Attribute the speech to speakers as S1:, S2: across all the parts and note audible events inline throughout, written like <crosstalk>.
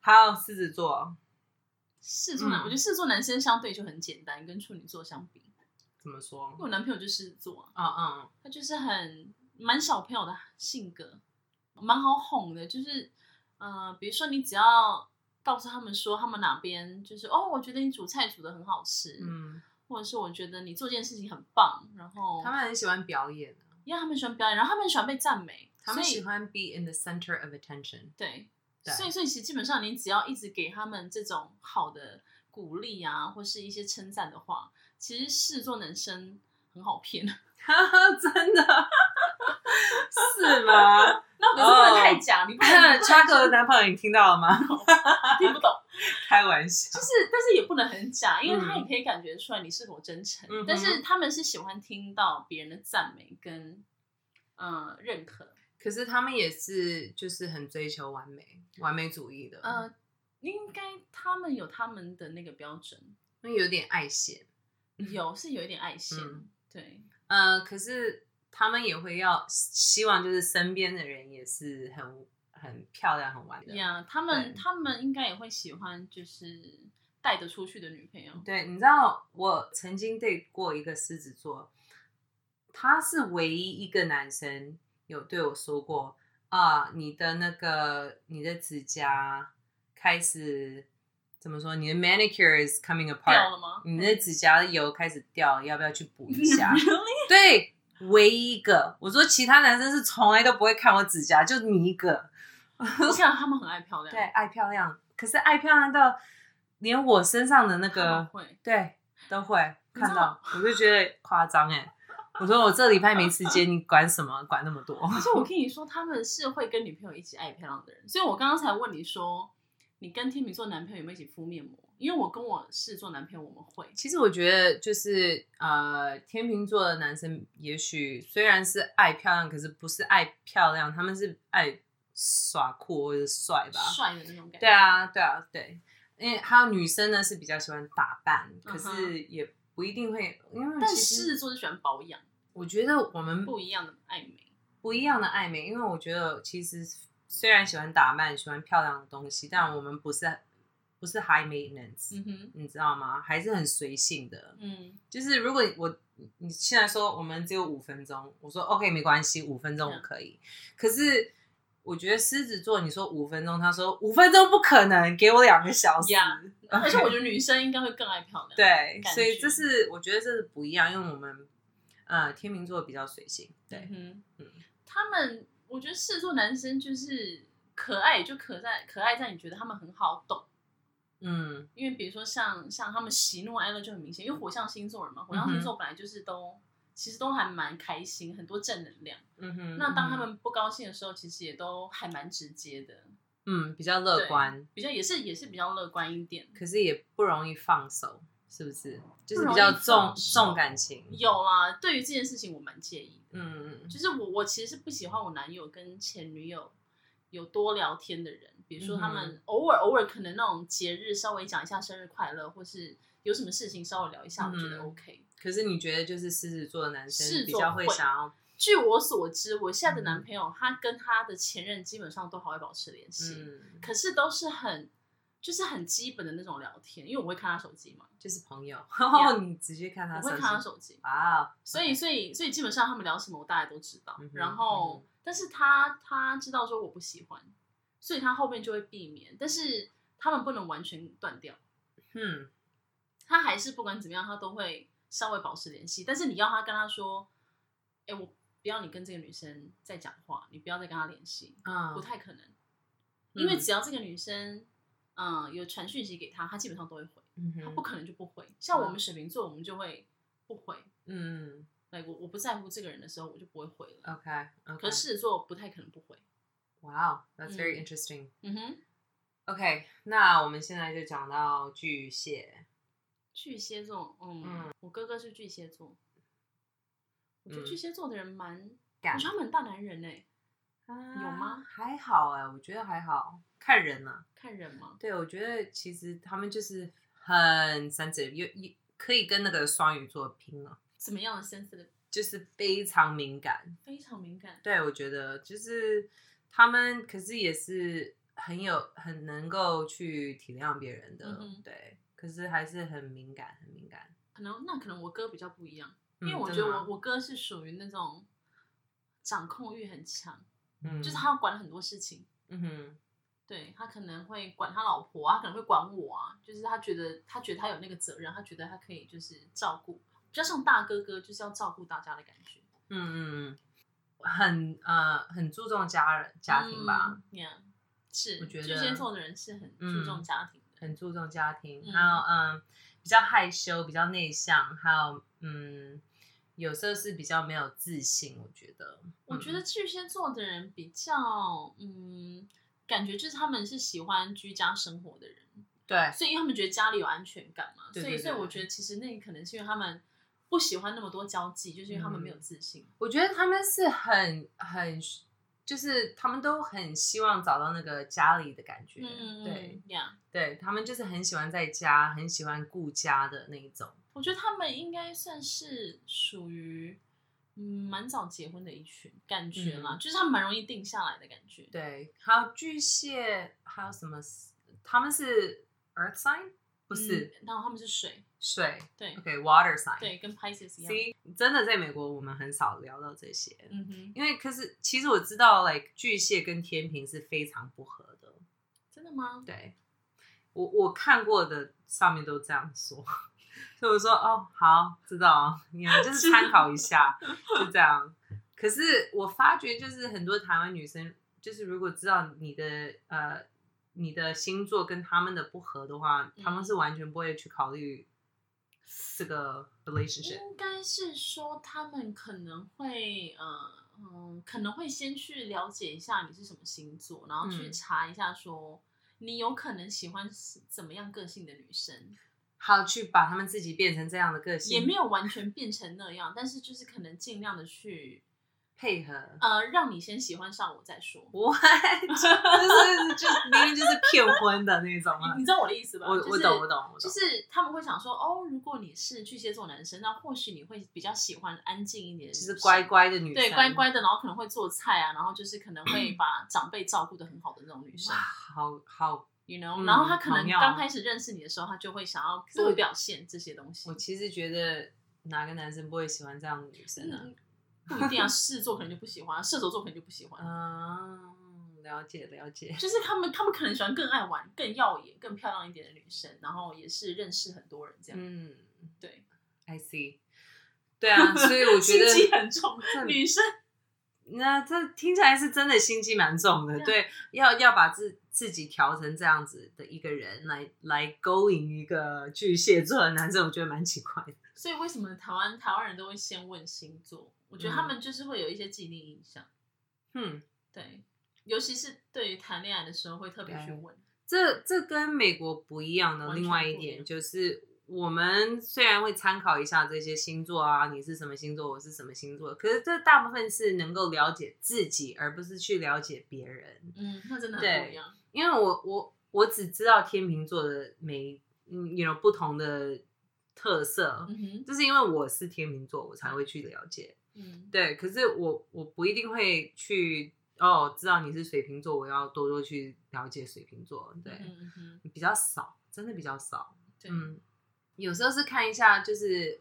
S1: 还有狮子座，
S2: 狮子座男，
S1: 嗯
S2: 我觉得狮子座男生相对就很简单，跟处女座相比，因
S1: 怎么说
S2: 为？我男朋友就是狮子座啊，
S1: 嗯嗯，
S2: 他就是很蛮小朋友的性格，蛮好哄的，就是呃，比如说你只要告诉他们说他们哪边就是哦，我觉得你煮菜煮的很好吃，
S1: 嗯，
S2: 或者是我觉得你做这件事情很棒，然后
S1: 他们很喜欢表演，啊
S2: 因为他们喜欢表演，然后他们喜欢被赞美，
S1: 他们
S2: 所以
S1: 喜欢 be in the center of attention。
S2: 对，
S1: 对
S2: 所以所以其实基本上你只要一直给他们这种好的鼓励啊，或是一些称赞的话，其实狮子座男生很好骗。
S1: <laughs>
S2: <laughs>
S1: 真的 <laughs> 是吗？
S2: 那可是不能太假，你不 <laughs> 能
S1: 查克的男朋友，你听到了吗？ <laughs>
S2: 听不懂，
S1: 开玩笑
S2: 就，是但是也不能很假，因为他
S1: 嗯
S2: 也可以感觉出来你是否真诚。
S1: 嗯哼
S2: 但是他们是喜欢听到别人的赞美跟嗯、呃认可，
S1: 可是他们也是就是很追求完美、完美主义的，嗯，
S2: 呃，应该他们有他们的那个标 <laughs> 准，
S1: 那有点爱显。
S2: 有是有一点爱心，
S1: 嗯
S2: 对，
S1: 呃，可是他们也会要希望，就是身边的人也是很很漂亮、很完美。
S2: 呀、他
S1: 对
S2: 们他们应该也会喜欢，就是带得出去的女朋友。
S1: 对，你知道我曾经对过一个狮子座，他是唯一一个男生有对我说过啊、你的那个你的指甲开始怎么说？你的 manicure is coming
S2: 掉
S1: apart，
S2: 了吗？？
S1: 你的指甲的油开始掉了，要不要去补一下
S2: Really？ <laughs>
S1: 对，唯一一个。我说其他男生是从来都不会看我指甲，就你一个。
S2: 我想他们很爱漂亮，
S1: 对，，爱漂亮，可是爱漂亮到连我身上的
S2: <laughs>
S1: 那
S2: 他们
S1: 个，
S2: 会
S1: 对，都会
S2: 你知
S1: 看
S2: 道
S1: 到，我就觉得夸张哎。我说我这礼拜没时间，你管什么？管那么多？ <laughs>
S2: 而且我跟你说，他们是会跟女朋友一起爱漂亮的人，所以我刚刚才问你说，你跟天秤座男朋友有没有一起敷面膜？因为我跟我狮子座男朋友，我们会，
S1: 其实我觉得就是呃，天秤座的男生也许虽然是爱漂亮，可是不是爱漂亮，他们是爱耍酷或者帅吧？
S2: 帅的那种感觉。
S1: 对，啊，对啊，对。因为还有女生呢是比较喜欢打扮，可
S2: 嗯哼
S1: 是也不一定会，因为
S2: 但
S1: 其实
S2: 狮子座是喜欢保养，
S1: 我觉得我们
S2: 不一样的爱美。
S1: 不一样的爱美，因为我觉得其实虽然喜欢打扮、喜欢漂亮的东西，但我们不是不是 high maintenance，、
S2: 嗯哼，
S1: 你知道吗？还是很随性的。
S2: 嗯，
S1: 就是如果我你现在说我们只有五分钟，我说 OK 没关系，五分钟我
S2: 嗯
S1: 可以。可是我觉得狮子座，你说五分钟，他说五分钟不可能，给我两个小时。
S2: 呀
S1: 啊
S2: 而且我觉得女生应该会更爱漂亮。
S1: 对，
S2: 感
S1: 所以
S2: 觉
S1: 这是我觉得这是不一样，因为我们呃天秤座比较随性，对，
S2: 嗯哼
S1: 嗯，
S2: 他们我觉得狮子座男生就是可爱，就可在可爱在你觉得他们很好懂，
S1: 嗯
S2: 因为比如说像像他们喜怒哀乐就很明显，因为火象星座人嘛，火象星
S1: 嗯
S2: 座本来就是都、其实都还蛮开心，很多正能量。
S1: 嗯哼。
S2: 那当他
S1: 嗯
S2: 们不高兴的时候，其实也都还蛮直接的，
S1: 嗯比较乐
S2: 对
S1: 观，
S2: 比较也是也是比较乐观一点。
S1: 可是也不容易放手，是不是？就是比
S2: 容
S1: 较
S2: 易
S1: 重
S2: 放手
S1: 重感情，
S2: 有啦，对于这件事情我蛮介意的，
S1: 嗯嗯
S2: 就是我我其实是不喜欢我男友跟前女友有多聊天的人，比如说他
S1: 嗯
S2: 们偶尔偶尔可能那种节日稍微讲一下生日快乐，或是有什么事情稍微聊一下，我觉得
S1: 嗯
S2: OK。
S1: 可是你觉得就是狮子座的男
S2: 狮
S1: 生
S2: 子
S1: 比
S2: 座
S1: 较会
S2: 会
S1: 想要，
S2: 据我所知，我现在的
S1: 嗯
S2: 男朋友、他跟他的前任基本上都还会保持联系，
S1: 嗯，
S2: 可是都是很就是很基本的那种聊天，因为我会看他手机嘛，
S1: 就是朋友，然后你直接看他
S2: 我
S1: 手
S2: 会看他
S1: 机，
S2: 手机，
S1: 哇哦，
S2: 所以所以所以基本上他们聊什么我大概都知道。
S1: 嗯哼
S2: 然后，但是他他知道说我不喜欢，所以他后面就会避免，但是他们不能完全断掉，
S1: 嗯
S2: 他还是不管怎么样，他都会稍微保持联系。但是你要他跟他说，哎、我不要你跟这个女生再讲话，你不要再跟她联系，
S1: 嗯，
S2: 不太可能，因为
S1: 嗯
S2: 只要这个女生，嗯、有传讯息给他，他基本上都会回，
S1: 嗯
S2: 他
S1: 哼
S2: 不可能就不回。像我
S1: 嗯
S2: 们水瓶座，我们就会不回，
S1: 嗯
S2: 来我我不在乎这个人的时候，我就不会回了。
S1: ，OK 嗯 OK，
S2: 可是狮子座不太可能不回。
S1: 哇，That's 哦 very
S2: 嗯
S1: interesting。
S2: 嗯哼，
S1: OK，那我们现在就讲到巨蟹，
S2: 巨蟹座，嗯，我哥哥是巨蟹座，我觉得
S1: 嗯
S2: 巨蟹座的人蛮，
S1: 干
S2: 我觉得他们很大男人呢、欸
S1: 有
S2: 吗？
S1: 还好哎，我觉得还好，看人呢。
S2: 看人嘛，
S1: 对，我觉得其实他们就是很 sensitive，有有可以跟那个双鱼座拼了，
S2: 怎么样的 sensitive，
S1: 就是非常敏感。
S2: 非常敏感。
S1: 对，我觉得就是他们，可是也是很有很能够去体谅别人的，
S2: 嗯哼
S1: 对。可是还是很敏感，很敏感。
S2: 可能那可能我哥比较不一样，
S1: 嗯
S2: 因为我
S1: 真
S2: 觉得
S1: 的
S2: 我
S1: 吗
S2: 我哥是属于那种掌控欲很强，
S1: 嗯，
S2: 就是他要管很多事情。
S1: 嗯哼，
S2: 对他可能会管他老婆啊，他可能会管我啊，就是他觉得他觉得他有那个责任，他觉得他可以就是照顾，比较像大哥哥，就是要照顾大家的感觉。
S1: 嗯嗯嗯，很呃很注重家人家庭吧，
S2: 嗯，yeah，是，
S1: 我觉
S2: 巨
S1: 得
S2: 蟹座的人是很注重
S1: 嗯
S2: 家庭的，
S1: 很注重家庭，
S2: 嗯
S1: 还有嗯比较害羞，比较内向，还有嗯有时候是比较没有自信，我觉得。
S2: 我
S1: 嗯
S2: 觉得巨蟹座的人比较，嗯，感觉就是他们是喜欢居家生活的人，
S1: 对，
S2: 所以因为他们觉得家里有安全感嘛，
S1: 对
S2: 所以
S1: 对对
S2: 所以我
S1: 对
S2: 觉得其实那可能是因为他们不喜欢那么多交际，就是因为他们没有
S1: 嗯
S2: 自信。
S1: 我觉得他们是很很就是他们都很希望找到那个家里的感觉，
S2: 嗯，
S1: 对
S2: 呀。Yeah
S1: 对，他们就是很喜欢在家，很喜欢顾家的那一种。
S2: 我觉得他们应该算是属于嗯蛮早结婚的一群感觉啦，
S1: 嗯
S2: 就是他们蛮容易定下来的感觉。，
S1: 对，还有巨蟹，还有什么？他们是 Earth sign，不是、
S2: 嗯，然后他们是水，
S1: 水
S2: 对
S1: ，OK，water sign。
S2: 对，跟 Pisces 一样。
S1: See，真的在美国我们很少聊到这些，
S2: 嗯哼，
S1: 因为可是其实我知道，like 巨蟹跟天平是非常不合的。
S2: 真的吗？
S1: 对，我我看过的上面都这样说， <laughs> 所以我说哦好，知道啊，你们就
S2: 知
S1: 是
S2: 道
S1: 参考一下，就这样。可是我发觉就是很多台湾女生，就是如果知道你的呃你的星座跟他们的不合的话，他们
S2: 嗯
S1: 是完全不会去考虑这个 relationship。
S2: 应该是说他们可能会呃嗯，可能会先去了解一下你是什么星座，然后去
S1: 嗯
S2: 查一下说。你有可能喜欢是怎么样个性的女生，
S1: 好去把他们自己变成这样的个性，
S2: 也没有完全变成那样，但是就是可能尽量的去
S1: 配合。
S2: 呃，让你先喜欢上我再说。
S1: 我就是就明明就是骗婚的那种啊
S2: <laughs> 你！你知道我的意思吧？
S1: 我
S2: 就是
S1: 我懂我懂我懂，
S2: 就是他们会想说，哦，如果你是巨蟹座男生，那或许你会比较喜欢安静一点的女
S1: 就
S2: 生，
S1: 是乖乖的女生，
S2: 对乖乖的，然后可能会做菜啊，然后就是可能会把长辈照顾的很好的那种女生
S1: 哇，好好。
S2: ，you know、
S1: 嗯
S2: 然后他可
S1: 好
S2: 能
S1: 妙
S2: 刚开始认识你的时候，他就会想要
S1: 是
S2: 多
S1: 我
S2: 表现这些东西
S1: 我。其实觉得哪个男生不会喜欢这样的女生呢、
S2: 嗯，不一定啊，狮子座可能就不喜欢，啊射手座可能就不喜欢。
S1: 啊？嗯，了解了解。
S2: 就是他们，他们可能喜欢更爱玩、更耀眼、更漂亮一点的女生，然后也是认识很多人这样。
S1: 嗯
S2: 对，
S1: ，I see。对啊，所以我觉得嗯
S2: 心机很重
S1: 这，
S2: 女生
S1: 那这听起来是真的心机蛮重的，
S2: 对啊
S1: 对，要要把自自己调成这样子的一个人来来勾引一个巨蟹座的男生，我觉得蛮奇怪
S2: <laughs>
S1: 的。
S2: 所以为什么台湾台湾人都会先问星座？我觉得
S1: 嗯
S2: 他们就是会有一些既定印象，
S1: 嗯，
S2: 对，尤其是对于谈恋爱的时候会特别去问。
S1: 这这跟美国不一样的
S2: 完全
S1: 另外一
S2: 不一样
S1: 点就是。我们虽然会参考一下这些星座啊，你是什么星座，我是什么星座，可是这大部分是能够了解自己，而不是去了解别人。
S2: 嗯，那真的很不一样。
S1: 因为我我我只知道天秤座的每嗯有不同的特色，
S2: 嗯哼，
S1: 就是因为我是天秤座，我才会去了解。
S2: 嗯，
S1: 对，可是我我不一定会去哦，知道你是水瓶座，我要多多去了解水瓶座。对，
S2: 嗯嗯哼，
S1: 比较少，真的比较少。
S2: 对，
S1: 嗯，有时候是看一下就是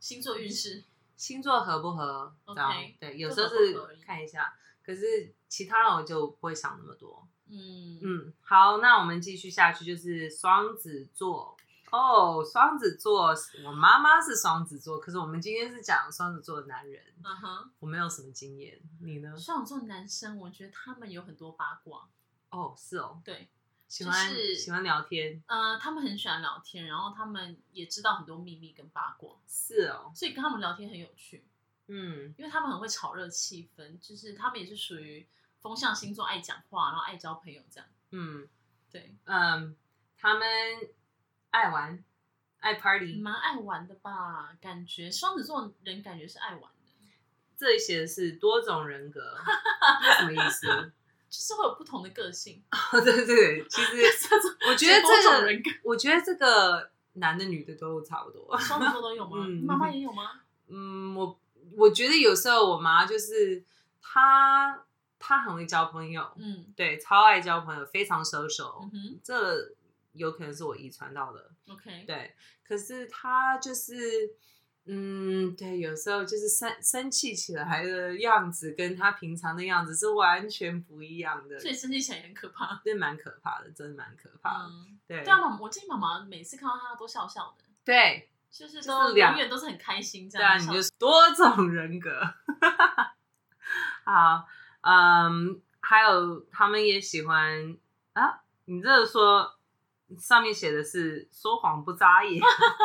S2: 星座运势，
S1: 星座合不合
S2: OK，
S1: 这样。对，有时候
S2: 合而已
S1: 是看一下，可是其他人我就不会想那么多。
S2: 嗯嗯，
S1: 嗯，好，那我们继续下去，就是双子座。哦，双子座，我妈妈是双子座，可是我们今天是讲双子座的男人，
S2: 啊哈，
S1: 我没有什么经验，你呢？
S2: 双子座男生，我觉得他们有很多八卦，
S1: 哦，是哦，
S2: 对，
S1: 喜欢、
S2: 就是
S1: 喜欢聊天，
S2: 呃，他们很喜欢聊天，然后他们也知道很多秘密跟八卦，
S1: 是哦，
S2: 所以跟他们聊天很有趣。
S1: 嗯
S2: 因为他们很会炒热气氛，就是他们也是属于风象星座，爱讲话，然后爱交朋友这样。
S1: 嗯
S2: 对，
S1: 嗯，他们爱玩，爱 party，、
S2: 蛮爱玩的吧？感觉双子座人感觉是爱玩的，
S1: 这些是多种人格，什么意思？ <laughs>
S2: 就是会有不同的个性。
S1: 对
S2: <laughs>
S1: 对对，其实我觉得
S2: 多
S1: 这
S2: 种
S1: 个，
S2: 人格，
S1: 我觉得这个男的女的都差不多。
S2: 双子座都有吗？
S1: 嗯
S2: 妈妈也有吗？
S1: 嗯，我我觉得有时候我妈就是她他很会交朋友， <laughs>
S2: 嗯
S1: 对，超爱交朋友，非常 social，、
S2: 嗯哼
S1: 这有可能是我遗传到的。
S2: ，OK，
S1: 对，可是他就是，嗯，对，有时候就是生生气起来的样子，跟他平常的样子是完全不一样的，
S2: 所以生气起来也很可怕。
S1: 这蛮可怕的，真的蛮可怕的。
S2: 嗯，
S1: 对
S2: 对啊，妈，我记得妈妈每次看到她都笑笑的，
S1: 对
S2: 就是
S1: 是
S2: 都
S1: 两
S2: 永远都是很开心这
S1: 对啊，
S2: 样
S1: 你
S2: 笑。
S1: 就是多种人格。好，嗯，还有他们也喜欢啊，你这个说上面写的是说谎不眨眼，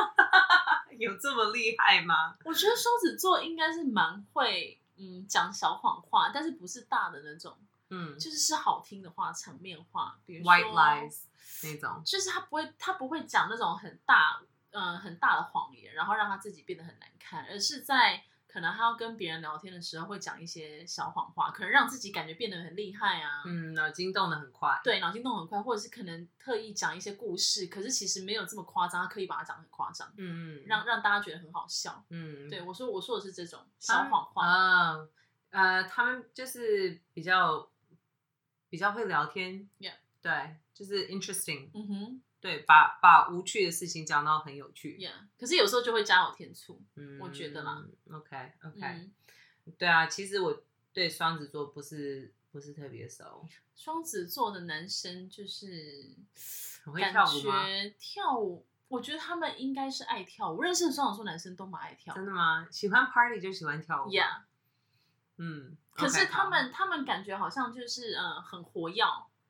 S1: <laughs> 有这么厉害吗？
S2: 我觉得双子座应该是蛮会嗯讲小谎话，但是不是大的那种，
S1: 嗯
S2: 就是是好听的话、场面话，比如说
S1: ，white lies 那种。
S2: 就是他不会，他不会讲那种很大，嗯、很大的谎言，然后让他自己变得很难看，而是在可能他要跟别人聊天的时候，会讲一些小谎话，可能让自己感觉变得很厉害啊。
S1: 嗯，脑筋动得很快。
S2: 对，脑筋动很快，或者是可能特意讲一些故事，可是其实没有这么夸张，他刻意把它讲得很夸张，
S1: 嗯，嗯
S2: 让让大家觉得很好笑。
S1: 嗯
S2: 对我说，我说的是这种小
S1: 他们
S2: 谎话，
S1: 啊，呃，他们就是比较比较会聊天
S2: Yeah
S1: 对，就是 interesting，
S2: 嗯哼
S1: 对，把把无趣的事情讲到很有趣
S2: ，Yeah。可是有时候就会加有甜醋，
S1: 嗯，
S2: 我觉得啦
S1: ，OK OK，、
S2: 嗯，
S1: 对啊，其实我对双子座不是不是特别熟，
S2: 双子座的男生就是
S1: 很会
S2: 感
S1: 跳舞吗？
S2: 觉跳舞，我觉得他们应该是爱跳舞。认识的双子座男生都蛮爱跳
S1: 真的吗？喜欢 party 就喜欢跳舞吧
S2: ，Yeah。
S1: 嗯，
S2: 可
S1: OK，
S2: 是他
S1: 好
S2: 们他们感觉好像就是嗯、呃很活跃，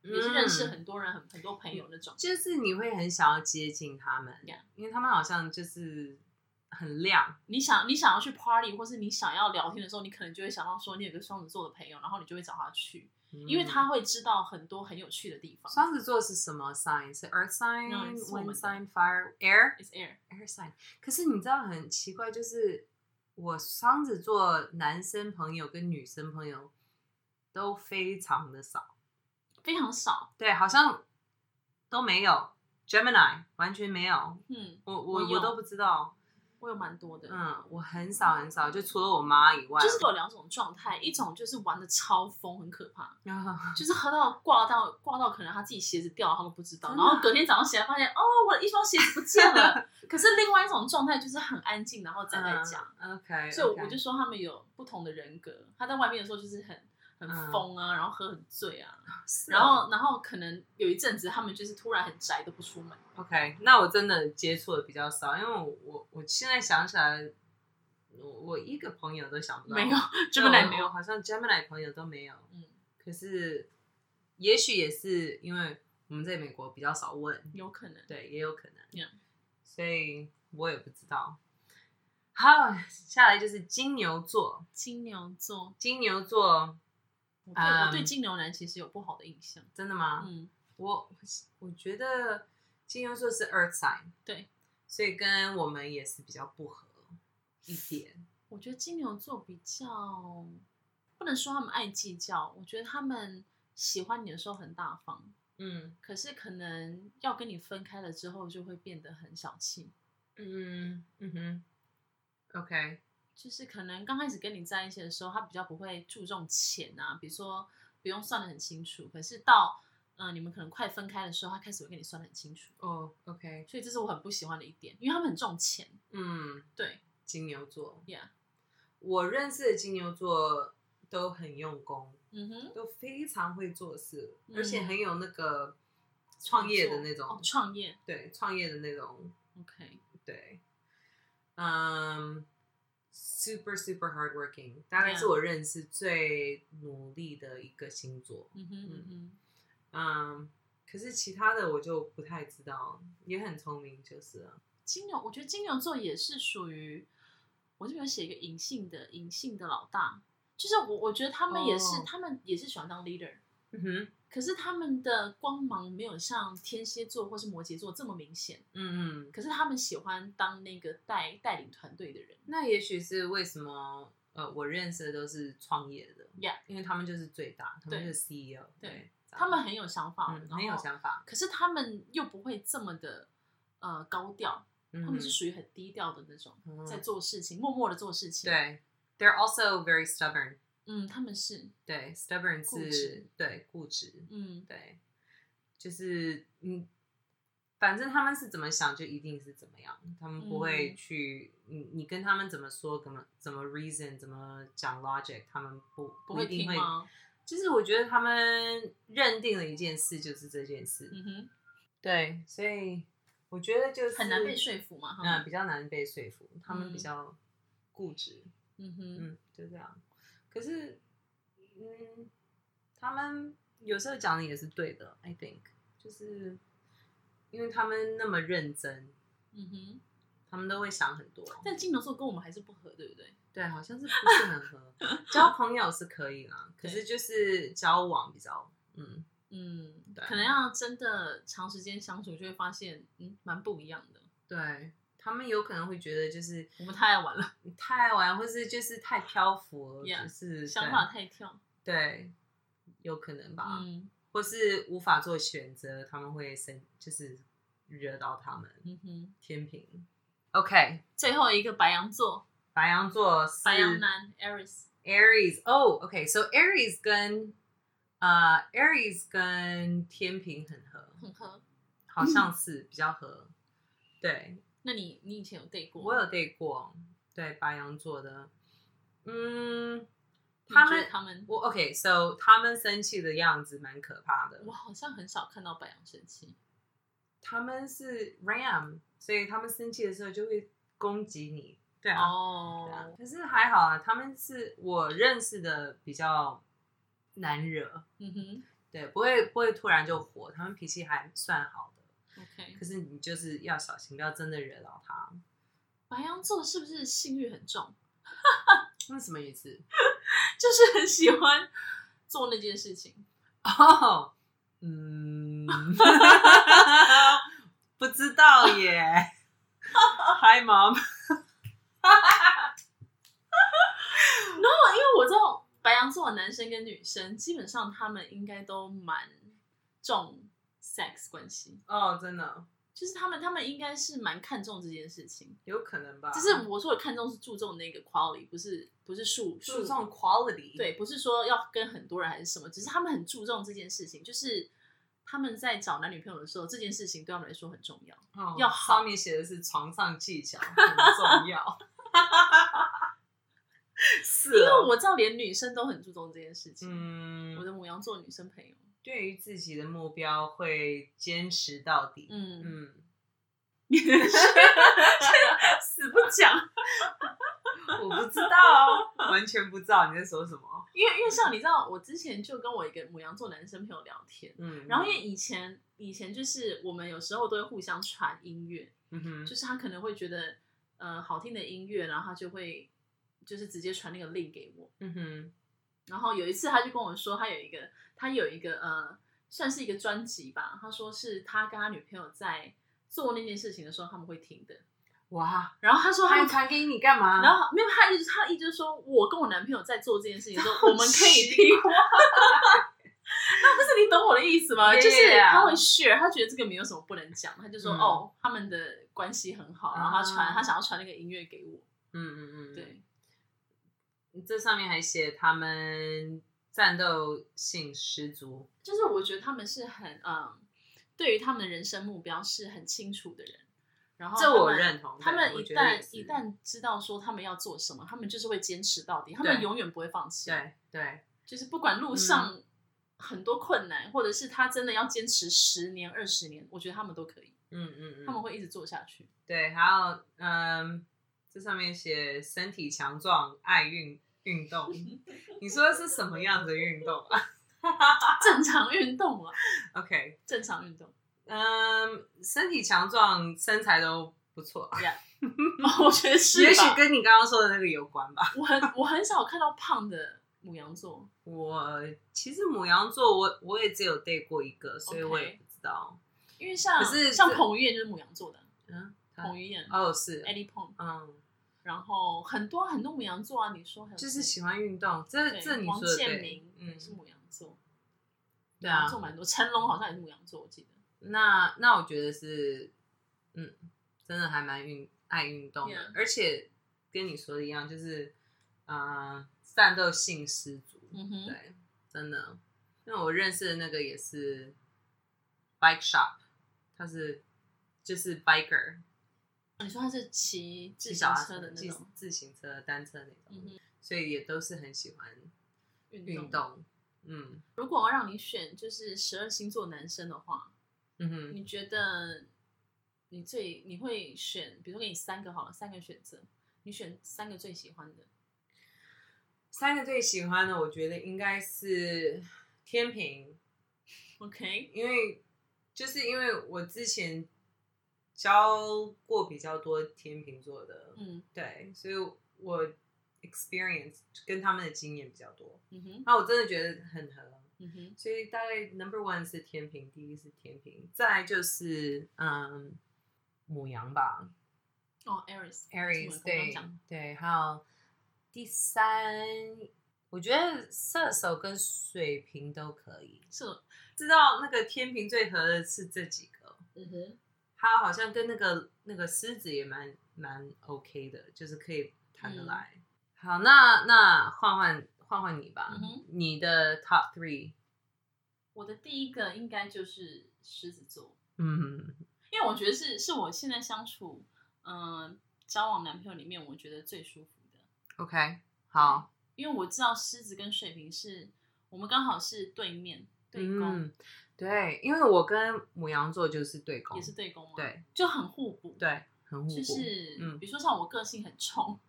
S2: 也是认识
S1: 嗯
S2: 很多人、很很多朋友那种。
S1: 就是你会很想要接近他们
S2: Yeah
S1: 因为他们好像就是很亮，
S2: 你想你想要去 party，或是你想要聊天的时候，你可能就会想到说你有个双子座的朋友，然后你就会找他去，因为
S1: 嗯
S2: 他会知道很多很有趣的地方。
S1: 双子座是什么 sign？是 earth sign、
S2: No, it's
S1: wind
S2: woman.
S1: sign、fire、air、
S2: It's air，
S1: air sign。可是你知道很奇怪，就是我双子座男生朋友跟女生朋友都非常的少，
S2: 非常少。
S1: 对，好像都没有。Gemini 完全没有，
S2: 嗯，
S1: 我
S2: 我
S1: 我
S2: 有
S1: 我都不知道，
S2: 我有蛮多的。
S1: 嗯，我很少很少，就除了我妈以外，
S2: 就是有两种状态，一种就是玩的超疯，很可怕，
S1: 啊
S2: 就是喝到挂到挂到，可能他自己鞋子掉了，他都不知道。
S1: 真
S2: 然
S1: 的啊
S2: 后隔天早上起来发现，哦，我的一双鞋子不见了。可是另外一种状态就是很安静，然后宅在家。
S1: 嗯，OK，
S2: 所以我
S1: OK
S2: 我就说他们有不同的人格。他在外面的时候就是很
S1: 嗯
S2: 很疯啊，然后喝很醉啊，
S1: 是
S2: 然
S1: 哦
S2: 后然后可能有一阵子他们就是突然很宅，都不出
S1: <laughs>
S2: 门。
S1: OK，那我真的接触的比较少，因为我我我现在想起来，我我一个朋友都想不到，
S2: 没有
S1: 对
S2: Gemini
S1: 我
S2: 没
S1: 我
S2: 有
S1: 好像 Gemini 朋友都没有。
S2: 嗯，
S1: 可是也许也是因为我们在美国比较少问，
S2: 有可能。
S1: 对，也有可能
S2: Yeah
S1: 所以我也不知道。好，下来就是金牛座，
S2: 金牛座，
S1: 金牛座
S2: 我对、
S1: 嗯
S2: 我对金牛男其实有不好的印象。
S1: 真的吗？
S2: 嗯，
S1: 我我觉得金牛座是 Earth sign，
S2: 对，
S1: 所以跟我们也是比较不合一点。
S2: 我觉得金牛座比较不能说他们爱计较，我觉得他们喜欢你的时候很大方，
S1: 嗯
S2: 可是可能要跟你分开了之后就会变得很小气。
S1: 嗯嗯哼，OK，
S2: 就是可能刚开始跟你在一起的时候，他比较不会注重钱啊，比如说不用算的很清楚。可是到嗯、呃你们可能快分开的时候，他开始会跟你算的很清楚。
S1: 哦、o k
S2: 所以这是我很不喜欢的一点，因为他们很重钱。
S1: 嗯，
S2: 对
S1: 金牛座，
S2: ，Yeah，
S1: 我认识的金牛座都很用功，
S2: 嗯哼，
S1: 都非常会做事，
S2: 嗯
S1: 而且很有那个创业的那种，
S2: 哦，创业
S1: 对，创业的那种，
S2: ，OK，
S1: 对，嗯、s u p e r super hardworking，大概是
S2: Yeah
S1: 我认识最努力的一个星座。
S2: 嗯哼嗯哼，
S1: 嗯，可是其他的我就不太知道，也很聪明就是了。
S2: 金牛，我觉得金牛座也是属于，我这边有写一个隐性的隐性的老大，就是我我觉得他们也是、
S1: 哦
S2: 他们也是喜欢当 leader，
S1: 嗯哼，
S2: 可是他们的光芒没有像天蝎座或是摩羯座这么明显。
S1: 嗯嗯，
S2: 可是他们喜欢当那个带带领团队的人。
S1: 那也许是为什么呃，我认识的都是创业的
S2: Yeah
S1: 因为他们就是最大，他们
S2: 对
S1: 就是 CEO，
S2: 对
S1: 这样
S2: 他们很有想法，
S1: 嗯很有
S2: 法，
S1: 想法，
S2: 可是他们又不会这么的呃高调，
S1: 嗯
S2: 他们是属于很低调的那种，
S1: 嗯
S2: 在做事情，默默的做事情。
S1: 对，they're also very stubborn，
S2: 嗯，他们是，
S1: 对，stubborn
S2: 固
S1: 是
S2: 执
S1: 对固执，
S2: 嗯，
S1: 对，就是嗯，反正他们是怎么想就一定是怎么样，他们不会
S2: 嗯
S1: 去、你你跟他们怎么说，怎么怎么 reason，怎么讲 logic，他们不
S2: 不
S1: 一
S2: 会
S1: 定
S2: 听
S1: 会。
S2: 吗？
S1: 就是我觉得他们认定了一件事就是这件事，
S2: 嗯哼，
S1: 对，所以我觉得就是
S2: 很难被说服嘛，
S1: 嗯、
S2: 哈，
S1: 比较难被说服，他们比
S2: 嗯
S1: 较固执，
S2: 嗯哼，
S1: 嗯，就这样。可是，嗯，他们有时候讲的也是对的，I think，就是因为他们那么认真，
S2: 嗯哼，
S1: 他们都会想很多。
S2: 但金牛座跟我们还是不合，对不对？
S1: 对，好像是不是很
S2: <laughs>
S1: 合。交朋友是可以啦，可
S2: 对
S1: 是就是交往比较，嗯，
S2: 嗯
S1: 对，
S2: 可能要真的长时间相处，就会发现，嗯，蛮不一样的。
S1: 对他们有可能会觉得就是
S2: 我们太爱玩了，
S1: 你太爱玩，或是就是太漂浮了
S2: Yeah，
S1: 就是
S2: 想
S1: 对啊
S2: 法太跳。
S1: 对，有可能吧。
S2: 嗯
S1: 或是无法做选择，他们会生，就是惹到他们。
S2: 嗯哼，
S1: 天平，OK，
S2: 最后一个白羊座，
S1: 白羊座是
S2: 白羊男 Aries，
S1: Aries，哦、o k s o Aries 跟呃 Aries 跟天平很合，
S2: 很合。
S1: 好像是比较合。对
S2: 那你你以前有 date 过？
S1: 我有 date 过，对白羊座的，嗯，
S2: 你觉得
S1: 他们
S2: 他们，
S1: 我 OK，so、他们生气的样子蛮可怕的
S2: 我。好像很少看到白羊生气。
S1: 他们是 ram，所以他们生气的时候就会攻击你。对啊，对啊
S2: 哦，
S1: 可是还好啊，他们是我认识的比较难惹，
S2: 嗯哼
S1: 对，不会不会突然就火，他们脾气还算好的。
S2: ，OK
S1: 可。是你就是要小心，不要真的惹到他。
S2: 白羊座是不是性欲很重？ <laughs>
S1: 那什么意思？
S2: 就是很喜欢做那件事情。
S1: 哦，嗯， <laughs> 不知道耶。Hi mom，
S2: 因为我知道白羊座的男生跟女生，基本上他们应该都蛮重 sex 关系，
S1: 哦真的
S2: 就是他们他们应该是蛮看重这件事情。
S1: 有可能吧，
S2: 就是我说的看重是注重那个 quality，不是不是数
S1: 注
S2: 数
S1: 重 quality，
S2: 对，不是说要跟很多人还是什么，只是他们很注重这件事情，就是他们在找男女朋友的时候，这件事情对他们来说很重要。
S1: 哦
S2: 要好
S1: 上面写的是床上技巧 <laughs> 很重
S2: <laughs>
S1: 要，是
S2: 因为
S1: 哦，
S2: 我知道连女生都很注重这件事情。我
S1: 嗯，
S2: 的母羊座女生朋友，
S1: 对于自己的目标会坚持到底，
S2: 嗯，
S1: 嗯，
S2: <laughs> 死不讲，
S1: 我不知道，哦 <laughs> 完全不知道你在说什么，
S2: 因为因为像你知道，我之前就跟我一个母羊座男生朋友聊天，
S1: 嗯，
S2: 然后因为以前以前就是我们有时候都会互相传音乐，
S1: 嗯哼，
S2: 就是他可能会觉得呃好听的音乐，然后他就会就是直接传那个 link 给我，
S1: 嗯哼，
S2: 然后有一次他就跟我说，他有一个他有一个呃算是一个专辑吧，他说是他跟他女朋友在做那件事情的时候他们会听的，
S1: 哇，
S2: 然后他说他
S1: 他
S2: 们
S1: 要传给你干嘛？
S2: 然后没有，他一直他一直说，我跟我男朋友在做这件事情的时候，我们可以
S1: 奇
S2: 听。 <laughs> 那就是你懂我的意思吗？
S1: Yeah,
S2: 就是
S1: yeah, yeah.
S2: 他会 share，他觉得这个没有什么不能讲，他就说、
S1: 嗯
S2: 哦，他们的关系很好，然后他传、
S1: 啊
S2: 他想要传那个音乐给我。
S1: 嗯嗯嗯，
S2: 对，
S1: 这上面还写他们战斗性十足，
S2: 就是我觉得他们是很嗯，对于他们的人生目标是很清楚的人。然后
S1: 这
S2: 他们
S1: 我认同
S2: 他
S1: 对
S2: 们
S1: 我
S2: 一
S1: 觉得也
S2: 旦
S1: 是
S2: 一旦知道说他们要做什么，他们就是会坚持到底，他们
S1: 对
S2: 永远不会放弃。
S1: 对对，
S2: 就是不管
S1: 嗯
S2: 路上很多困难，或者是他真的要坚持十年、二十年，我觉得他们都可以，
S1: 嗯嗯嗯，
S2: 他们会一直做下去。
S1: 对，还有嗯，这上面写身体强壮，爱运运
S2: <laughs>
S1: 动。你说的是什么样子的运动啊
S2: 正常运动啊，
S1: ？OK，
S2: 正常运动。 <laughs>
S1: 嗯，身体强壮，身材都不错，
S2: 我觉得是吧。
S1: 也许跟你刚刚说的那个有关吧。
S2: 我很我很少看到胖的母羊座，
S1: 我其实母羊座我，我也只有 date 过一个，所以我也
S2: OK
S1: 不知道。
S2: 因为像
S1: 可是
S2: 像
S1: 这
S2: 彭于晏就是母羊座的，
S1: 嗯，他
S2: 彭于晏、
S1: 哦是，
S2: Eddie Pong，
S1: 嗯，
S2: 然后很多很多母羊座啊，你说还有
S1: 就是
S2: 谁
S1: 喜欢运动，这
S2: 对
S1: 这你
S2: 黄
S1: 说的
S2: 建
S1: 对
S2: 明，
S1: 嗯
S2: 也，是母羊座，
S1: 对啊
S2: 母羊，座蛮多，成龙好像也是母羊座，我记得。
S1: 那那我觉得是，嗯，真的还蛮运爱运动的
S2: Yeah.
S1: 而且跟你说的一样，就是，呃，战斗性十足。
S2: 嗯哼，
S1: 对，真的，因为我认识的那个也是 bike shop，他是就是 biker，
S2: 哦你说他是骑自
S1: 骑
S2: 行
S1: 小
S2: 车的那
S1: 自
S2: 种
S1: 自行车、单车那种，
S2: 嗯哼
S1: 所以也都是很喜欢运
S2: 运动。
S1: 动。嗯
S2: 如果让你选就是十二星座男生的话，
S1: 嗯哼，
S2: 你觉得你最你会选，比如说给你三个好了，三个选择，你选三个最喜欢的。
S1: 三个最喜欢的，我觉得应该是天平，
S2: OK，
S1: 因为就是因为我之前教过比较多天秤座的，
S2: 嗯
S1: 对，所以我 experience 跟他们的经验比较多。
S2: 嗯哼
S1: 那我真的觉得很合，
S2: 嗯哼
S1: 所以大概 number one 是天平，第一是天平，再来就是嗯母羊吧
S2: 哦，Aries
S1: ，Aries
S2: 对，我刚
S1: 对
S2: 讲
S1: 对，还有第三，我觉得射手跟水瓶都可以。
S2: 是，
S1: 知道那个天平最合的是这几个，
S2: 嗯哼，
S1: 他好像跟那个那个狮子也蛮蛮 OK 的，就是可以谈得来。好，那那换换换换你吧，
S2: 嗯哼
S1: 你的 top three，
S2: 我的第一个应该就是狮子座，
S1: 嗯
S2: 因为我觉得是是我现在相处，嗯、交往男朋友里面我觉得最舒服的，
S1: ，OK，好，
S2: 因为我知道狮子跟水瓶是我们刚好是对面对攻，
S1: 嗯，对，因为我跟母羊座就是对攻，
S2: 也是对攻嘛，，
S1: 对
S2: 就很互补，，
S1: 对，很互补，
S2: 就是、
S1: 嗯
S2: 比如说像我个性很冲，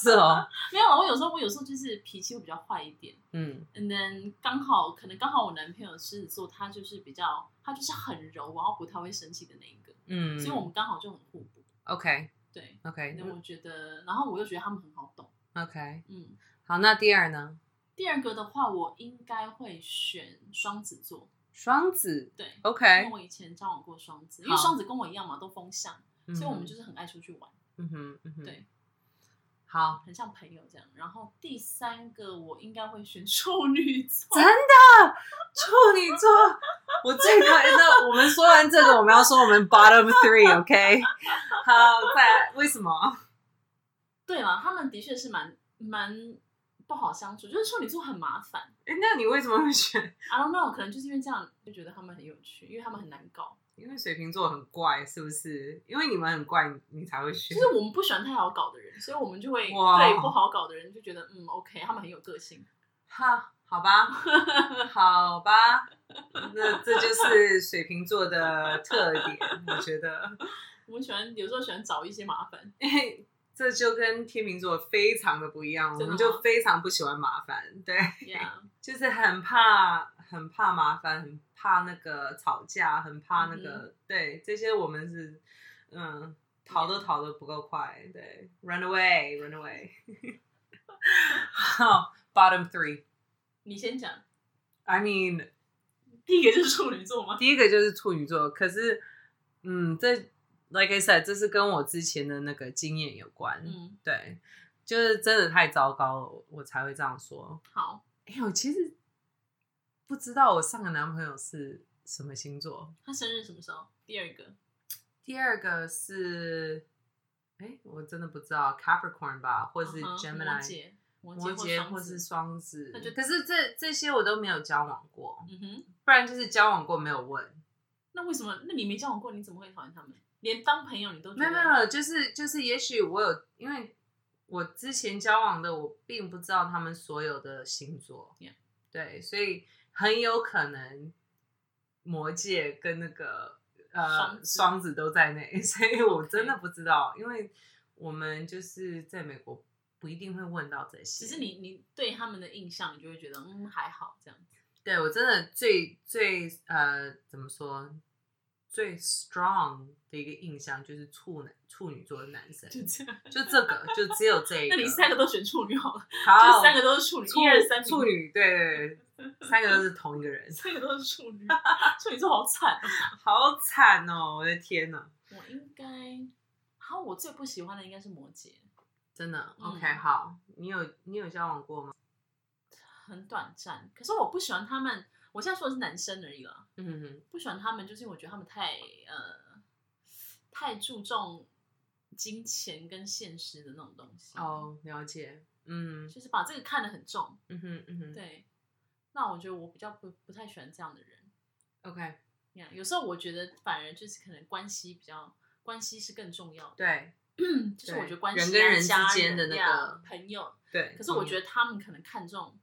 S1: 是哦，
S2: 没有，我有时候我有时候就是脾气会比较坏一点，
S1: 嗯
S2: 嗯，刚好可能刚好我男朋友狮子座，他就是比较他就是很柔，然后不太会生气的那一个，
S1: 嗯，哎
S2: 所以我们刚好就很互补，
S1: OK
S2: 对。
S1: OK
S2: 那我觉得，然后我又觉得他们很好懂，
S1: OK，
S2: 嗯。
S1: 好，那第二呢？
S2: 第二个的话，我应该会选双子座，
S1: 双子
S2: 对因为
S1: ，OK，
S2: 我以前交往过双子，因为
S1: 好
S2: 双子跟我一样嘛，都风向，所以我们
S1: 嗯
S2: 就是很爱出去玩，
S1: 嗯哼，嗯哼，
S2: 对，
S1: 好，
S2: 很像朋友这样。然后第三个，我应该会选 <laughs> 处女座
S1: 真，的处女座， <laughs> 我最讨厌的。我们说完这个，我们要说我们 bottom three，OK？、好，再来，为什么？
S2: 对了，他们的确是蛮蛮不好相处，就是处女座很麻烦。
S1: 哎，那你为什么会选？
S2: I don't know，可能就是因为这样，就觉得他们很有趣，因为他们很难搞，
S1: 因为水瓶座很怪，是不是？因为你们很怪，你才会选
S2: 就。是我们不喜欢太好搞的人，所以我们就会
S1: 哇
S2: 对不好搞的人就觉得嗯 OK，他们很有个性。
S1: 哈，好吧，好吧， <laughs> 那这就是水瓶座的特点，我觉得。 <laughs>
S2: 我们喜欢有时候喜欢找一些麻烦，
S1: 因为这就跟天秤座非常的不一样，我
S2: 真的
S1: 们
S2: 吗
S1: 就非常不喜欢麻烦，对。
S2: yeah,
S1: 就是很怕、很怕麻烦、很怕那个吵架、很怕那个、对这些，我们是嗯逃都逃得不够快，对，run away，run away。好，bottom three，I
S2: 你先讲，
S1: mean，
S2: 第一个就是处女座吗？嗯
S1: 第一个就是处女座，可是嗯，这 like I said，这是跟我之前的那个经验有关，
S2: 嗯，
S1: 对，就是真的太糟糕了，我我才会这样说。
S2: 好，
S1: 哎、我其实不知道我上个男朋友是什么星座。
S2: 他生日什么时候？第二个
S1: 第二个是，哎、我真的不知道 Capricorn 吧，或是
S2: 嗯哼摩
S1: Gemini、
S2: 羯、摩
S1: 摩
S2: 羯
S1: 羯，或
S2: 双
S1: 是
S2: 子
S1: 双子
S2: 那就。
S1: 可是这这些我都没有交往过，
S2: 嗯哼，
S1: 不然就是交往过没有问。
S2: 那为什么？那你没交往过，你怎么会讨厌他们？连当朋友你都觉
S1: 没
S2: 得
S1: 有没有没有，就是就是，也许我有，因为我之前交往的，我并不知道他们所有的星座
S2: Yeah.
S1: 对，所以很有可能魔界跟那个呃
S2: 双子
S1: 双子都在内， <laughs> 所以我真的不知道因为我们就是在美国不一定会问到这些。
S2: 只是你你对他们的印象，你就会觉得嗯还好这样子。
S1: 对我真的最最呃怎么说最 strong 的一个印象就是处男处女座的男生，
S2: 就这样，
S1: 就这个，就只有这一个。
S2: <laughs> 那你三个都选处女好了，
S1: 好，
S2: 这三个都是处女，
S1: 处
S2: 一二三名
S1: 处，女，对对对，三个都是同一个人，
S2: <laughs> 三个都是处女，处女座好惨哦。
S1: 好惨哦！我的天呐，
S2: 我应该，好，我最不喜欢的应该是摩羯，
S1: 真的。
S2: 嗯
S1: OK，好，你有你有交往过吗？
S2: 很短暂。可是我不喜欢他们，我现在说的是男生而已啦。
S1: 嗯哼，
S2: 不喜欢他们，就是因为我觉得他们太呃太注重金钱跟现实的那种东西。，
S1: 哦，了解。嗯
S2: 就是把这个看得很重。
S1: 嗯哼嗯哼
S2: 对，那我觉得我比较不不太喜欢这样的人。
S1: ，OK，
S2: 呀有时候我觉得反而就是可能关系比较，关系是更重要的。
S1: 对
S2: 就是我觉得关系啊、
S1: 人跟人之
S2: 家
S1: 间的那
S2: 呀
S1: 个
S2: 朋友，
S1: 对。嗯
S2: 可是我觉
S1: 得，
S2: 得他们可能看重，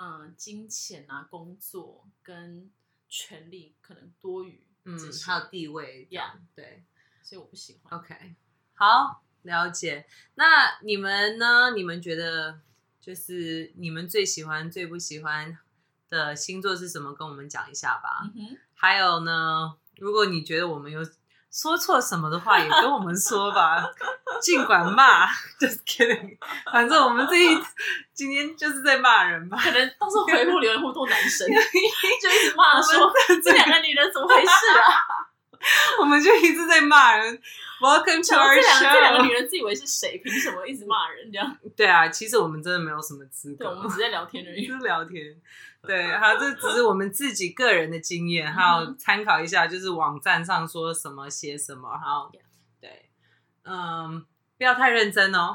S2: 嗯、金钱啊、工作跟权力可能多于
S1: 嗯
S2: 这，些，
S1: 还有地哦位这
S2: Yeah
S1: 样，对
S2: 所以我不喜欢。
S1: ，OK，好，了解。那你们呢？你们觉得就是你们最喜欢、最不喜欢的星座是什么？跟我们讲一下吧。
S2: 嗯哼，
S1: 还有呢，如果你觉得我们有说错什么的话，也跟我们说
S2: <laughs>
S1: 吧，尽管骂。Just kidding，反正我们这一今天就是在骂人吧。
S2: 可能到时候回复留言互动男
S1: <laughs>
S2: 生就一直骂说这两个女人怎么回
S1: <laughs>
S2: 事啊？ <laughs>
S1: 我们就一直在骂人。Welcome to
S2: 然后
S1: our
S2: 这两这两个
S1: show。
S2: 女人自以为是谁？凭什么一直骂人这样？
S1: 对啊，其实我们真的没有什么资
S2: 对，我
S1: 格
S2: 们，只在聊天而
S1: 只
S2: 已。 <laughs>
S1: 是 <laughs> 聊天。对，好，这只是我们自己个人的经验，还有参考一下，就是网站上说什么写什么，然后
S2: Yeah
S1: 对，嗯，不要太认真哦。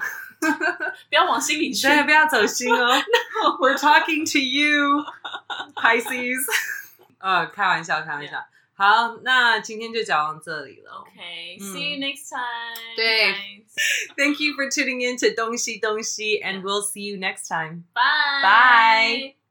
S2: 不要往心里去。
S1: 对，不要走心哦。We're talking to you, Pisces。呃，开玩笑，开玩笑。好，那今天就讲到这里了。
S2: Okay,
S1: 嗯
S2: see you next time.
S1: 对
S2: guys.
S1: Thank you for tuning in to 东西东西，and we'll see you next time.
S2: Bye.
S1: Bye.